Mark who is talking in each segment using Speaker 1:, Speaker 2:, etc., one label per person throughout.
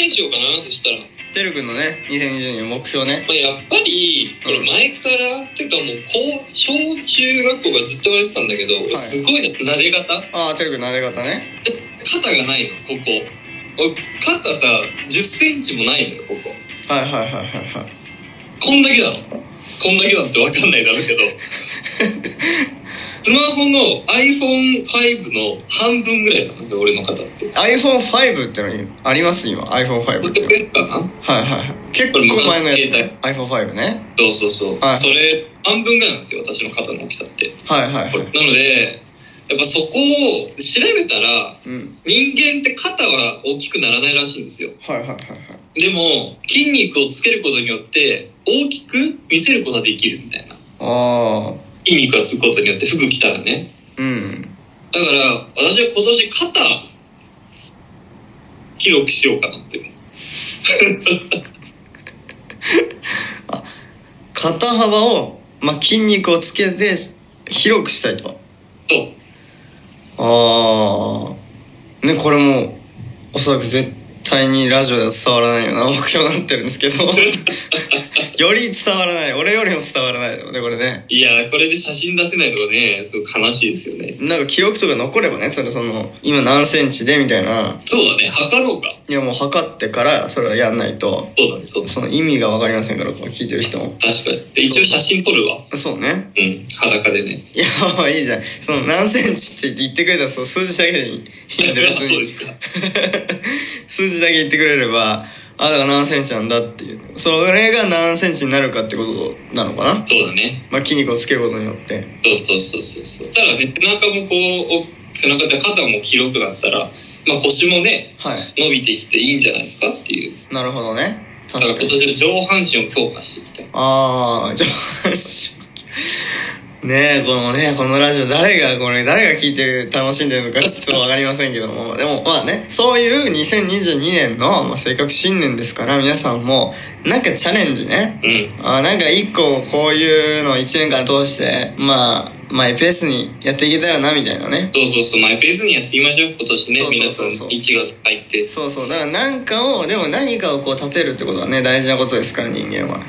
Speaker 1: そしたら。
Speaker 2: てるくんのね2020年の目標ね
Speaker 1: まあ、やっぱり、これ前から、てかもう、こう、小中学校がずっと言われてたんだけど、
Speaker 2: い
Speaker 1: すごいな、撫で方
Speaker 2: ああてるくんなで方ね
Speaker 1: 肩がないの、ここ。俺肩さ、10センチもないのよ、ここ。
Speaker 2: はいはいはいはいはい
Speaker 1: こんだけなの。こんだけなんてわかんないだろうけど。スマホの iPhone5 の半分ぐらいなのよ、俺の肩って。
Speaker 2: iPhone5 ってのにあります今 iPhone5 って
Speaker 1: これで
Speaker 2: の
Speaker 1: すかな
Speaker 2: はいはいはい結構前のやつ、ね、iPhone5 ね
Speaker 1: そうそうそう。
Speaker 2: はい
Speaker 1: それ、半分ぐらいなんですよ、私の肩の大きさって。
Speaker 2: はいはいはい
Speaker 1: なので、やっぱそこを調べたら、
Speaker 2: うん
Speaker 1: 人間って肩は大きくならないらしいんですよ
Speaker 2: はいはいはいはい
Speaker 1: でも筋肉をつけることによって大きく見せることができるみたいな
Speaker 2: ああ
Speaker 1: 筋肉がつくことによって服着たらね
Speaker 2: うん
Speaker 1: だから私は今年肩広くしようかなっていう
Speaker 2: 肩幅を、まあ、筋肉をつけて広くしたいと
Speaker 1: そう
Speaker 2: ああねこれもおそらく絶対にラジオでは伝わらないよう な目標になってるんですけどより伝わらない俺よりも伝わらないよねこれね
Speaker 1: いやーこれで写真出せないのがねすごい悲しいですよね
Speaker 2: なんか記憶とか残ればねそれその今何センチでみたいな
Speaker 1: そうだね測ろうか
Speaker 2: いやもう測ってからそれはやんないと
Speaker 1: そうだねそうだね
Speaker 2: その意味が分かりませんからこう聞いてる人も
Speaker 1: 確かにで一応写真撮るわ
Speaker 2: そうね
Speaker 1: うん裸でね
Speaker 2: いや まあいいじゃんその何センチって言ってくれたらそう数字だけでいいいいんで別
Speaker 1: そうで
Speaker 2: に
Speaker 1: すか
Speaker 2: 数字だけ言ってくれればあだから何センチなんだっていうそれが何センチになるかってことなのかな、
Speaker 1: そうだね
Speaker 2: まあ、筋肉をつけることによって
Speaker 1: そうそうそうそうそうただね背中もこう背中で肩も広くなったら、まあ、腰もね
Speaker 2: はい
Speaker 1: 伸びてきていいんじゃないですかっていう
Speaker 2: なるほどね
Speaker 1: だから
Speaker 2: 確か
Speaker 1: 今
Speaker 2: に
Speaker 1: 年は上半身を強化していきたい
Speaker 2: ああじゃあ ねえこのねこのラジオ誰がこれ誰が聞いてる楽しんでるのかちょっと分かりませんけどもでもまあねそういう2022年の、まあ、性格新年ですから皆さんもなんかチャレンジね
Speaker 1: うん
Speaker 2: あなんか一個こういうの一年間通してまあマイペースにやっていけたらなみたいなね
Speaker 1: そうそうそうマイペースにやってみましょう今年ね
Speaker 2: そうそう
Speaker 1: 皆
Speaker 2: そ
Speaker 1: さん
Speaker 2: うそう
Speaker 1: 1月入って
Speaker 2: そうそうだから何かをでも何かをこう立てるってことはね大事なことですから人間は
Speaker 1: うん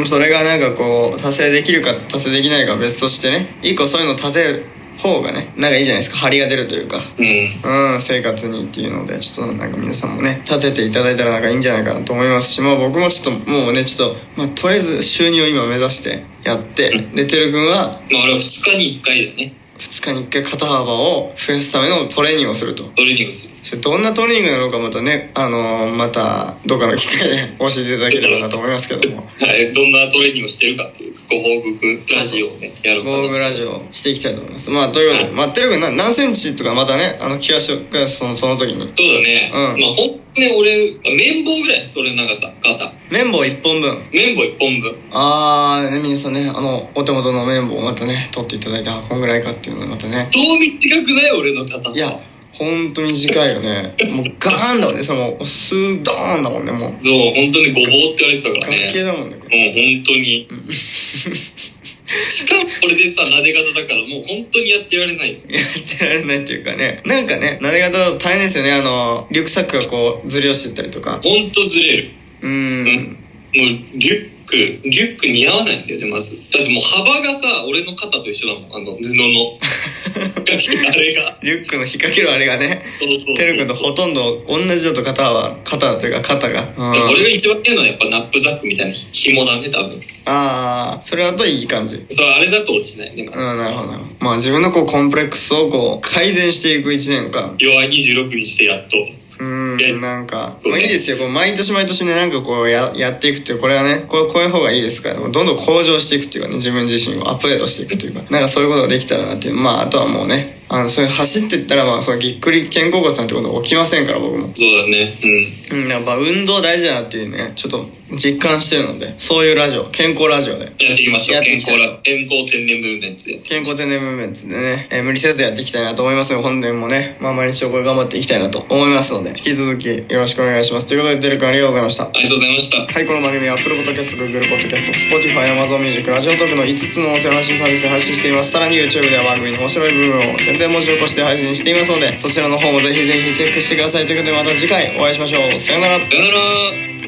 Speaker 2: うんそれがなんかこう達成できるか達成できないかは別としてね一個そういうの立てる方がねなんかいいじゃないですか張りが出るというか
Speaker 1: うん
Speaker 2: うん生活にっていうのでちょっとなんか皆さんもね立てていただいたらなんかいいんじゃないかなと思いますしまあ僕もちょっともうねちょっと、まあ、とりあえず収入を今目指してやってでてるくんは
Speaker 1: まあ俺は2日に1回だね
Speaker 2: 2日に1回肩幅を増やすためのトレーニングをすると
Speaker 1: トレーニングする
Speaker 2: それどんなトレーニングなのかまたねあのーまたどっかの機会で 教えていただければなと思いますけども
Speaker 1: はいどんなトレーニングをしてるかっていうご報告ラジオをねやろうか
Speaker 2: ゴー
Speaker 1: な
Speaker 2: グラジオしていきたいと思いますまあということで、まあ、てるくんな何センチとかまたねあの気がしがそのその時に
Speaker 1: そうだね、
Speaker 2: うん
Speaker 1: まあほんとね俺綿棒ぐらいですそれの長さ肩
Speaker 2: 綿棒1本分
Speaker 1: 綿棒1本分
Speaker 2: あーね皆さんねあのお手元の綿棒をまたね取っていただいてあこんぐらいかっていうのをまたね
Speaker 1: どう短くない俺の肩
Speaker 2: いや本当に短いよねもうガーンだもんねそのスードーンだもんねもう
Speaker 1: そう本当にごぼうって言われてたから
Speaker 2: 関係
Speaker 1: ね
Speaker 2: だもんねこれ
Speaker 1: もう本当に しかもこれでさ撫で方だからもう本当にやってやれないよ
Speaker 2: やってられないっていうかねなんかね慣れ方だと大変ですよねあのリュックサックがこうずり落ちてったりとか
Speaker 1: 本当ずれる
Speaker 2: うーん
Speaker 1: もうリュックリュック似合わないんだよねまずだってもう幅がさ俺の肩と一緒だもんあの布のあれが
Speaker 2: リュックの引っ掛けるあれがね
Speaker 1: そうそう
Speaker 2: てるくん
Speaker 1: そ
Speaker 2: と
Speaker 1: うそう
Speaker 2: ほとんど同じだと肩は肩というか肩がうん
Speaker 1: 俺が一番嫌なのはやっぱナップザックみたいな紐だね多分
Speaker 2: ああそれだといい感じ
Speaker 1: それあれだと落ちないね、
Speaker 2: うんなるほどなるほどまあ自分のこうコンプレックスをこう改善していく一年間
Speaker 1: 弱い26にしてやっと
Speaker 2: うーんなんか、
Speaker 1: そうね
Speaker 2: まあ、いいですよこう毎年毎年ねなんかこうややっていくっていうこれはねこれこういう方がいいですからどんどん向上していくっていうかね自分自身をアップデートしていくというかなんかそういうことができたらなっていうまああとはもうねあのそれ走っていったらまあそのぎっくり肩甲骨なんてこと起きませんから僕も、
Speaker 1: そうだねうん
Speaker 2: うん、やっぱ運動大事だなっていうねちょっと実感してるのでそういうラジオ健康ラジオで
Speaker 1: やっていきましょ
Speaker 2: や
Speaker 1: う
Speaker 2: って
Speaker 1: 健
Speaker 2: いきた
Speaker 1: 康
Speaker 2: い
Speaker 1: ら健康天然ムーブメントで
Speaker 2: 健康天然ムーブメンツでね、えー無理せずやっていきたいなと思いますので、本年もね、まあ、毎日これ頑張っていきたいなと思いますので、引き続きよろしくお願いします。ということで、てるくんありがとうございました。
Speaker 1: ありがとうございました
Speaker 2: はい、この番組は Apple Podcast、Google Podcast、Spotify、Amazon Music、ラジオトークの5つの音声配信サービスで配信しています。さらに YouTube では番組の面白い部分を全編で文字起こしで配信していますのでそちらの方もぜひぜひチェックしてくださいということでまた次回お会いしましょうさようなら
Speaker 1: さよなら。